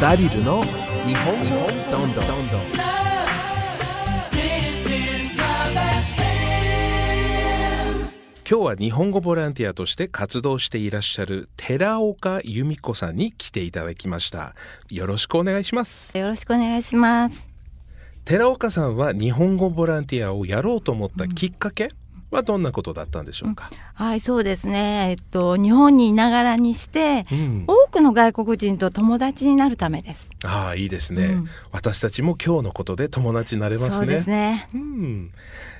ダリルの日本語どんどんどんどん This is love FM. 今日は日本語ボランティアとして活動していらっしゃる寺岡由美子さんに来ていただきましたよろしくお願いしますよろしくお願いします。寺岡さんは日本語ボランティアをやろうと思ったきっかけはどんなことだったんでしょうか、はい、そうですね。えっと、日本にいながらにして、うん多くの外国人と友達になるためです。ああいいですね、うん私たちも今日のことで友達になれますねそうですね。うん、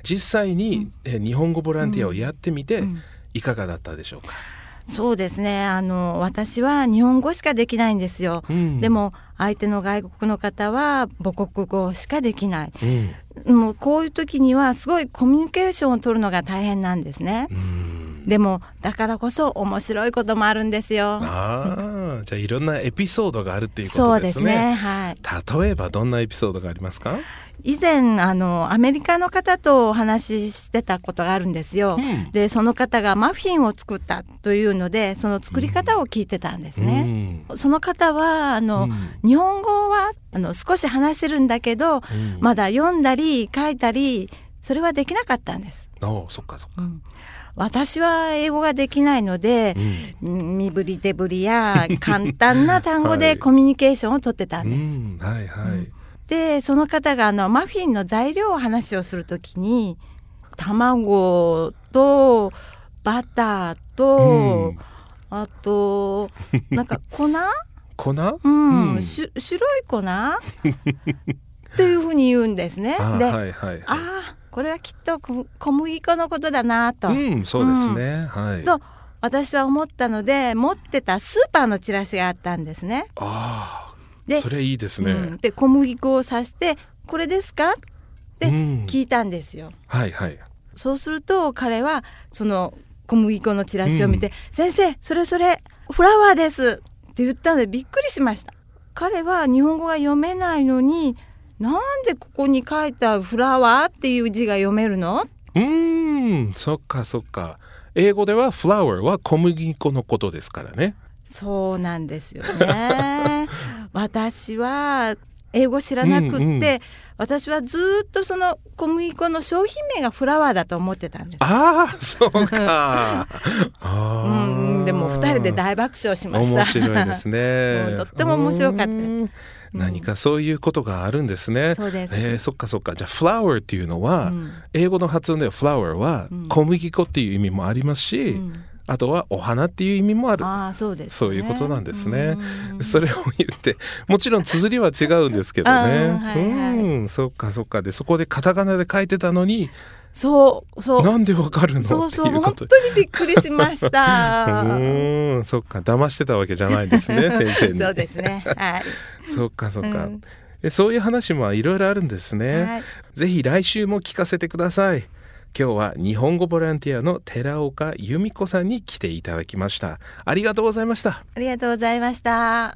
実際に、え日本語ボランティアをやってみて、うんいかがだったでしょうか、そうですね。あの、私は日本語しかできないんですよ。うんで、も、相手の外国の方は母国語しかできない。うんもう、こういう時には、すごいコミュニケーションを取るのが大変なんですねう。ん、でも、だからこそ面白いこともあるんですよ。ああじゃあいろんなエピソードがあるっていうこそとうでですすねね。はい。例えばどんなエピソードがありますか、以前あのアメリカの方とお話ししてたことがあるんですよ、うんでその方がマフィンを作ったというのでその作り方を聞いてたんですね、その方はあうんの、日本語はあの少し話せるんだけど、うんまだ読んだり書いたりそれはできなかったんです、おうそっかそっか、私は英語ができないので、身振り手振りや簡単な単語はでいコミュニケーションをとってたうんでん、す、はいはい、でその方があのマフィンの材料を話をするときに卵とバターと、うんあ となんか粉、粉、うんうんし白い粉っていうふうに言うんですね。で、ああはいはいはいあこれはきっとこ小麦粉のことだなと、うんそうですね、はいと私は思ったので持ってたスーパーのチラシがあったんですね。ああでそれいいですうね、ん、で小麦粉を刺して「これですか?」ってうん聞いたんですよ。はいはいそうすると彼はその小麦粉のチラシを見て「う先生それそれフラワーです」って言ったのでびっくりしました彼は日本語が読めないのになんでここに書いた「フラワー」っていう字が読めるのうーん、そっかそっか。英語では flour は小麦粉のことですからね。そうなんですよ ね私は英語知らなくって、うんうん私はずーっとその小麦粉の商品名がフラワーだと思ってたんです、ああ、そう か。あうーん、でも2人で大爆笑しました面白いですうねん。とって も面白かったですうーん何かそういうことがあるんですね。そうですえーそっかそっか。じゃあ flour っていうのは、うん英語の発音では flour はうん小麦粉っていう意味もありますし、うんあとはお花っていう意味もある。ああそうです、ね、そういうことなんですねうんそれを言ってもちろん綴りは違うんですけどね。うんはいはいうん、そっかそっかでそこでカタカナで書いてたのにそうそうなんでわかるのそうそうっていうこ本と当にびっくりしました うーんそっか騙してたわけじゃないですね先生に。 そうですねはい そっかそっか、うんえそういう話もいろいろあるんですね、はいぜひ来週も聞かせてください今日は日本語ボランティアの寺岡由美子さんに来ていただきましたありがとうございましたありがとうございました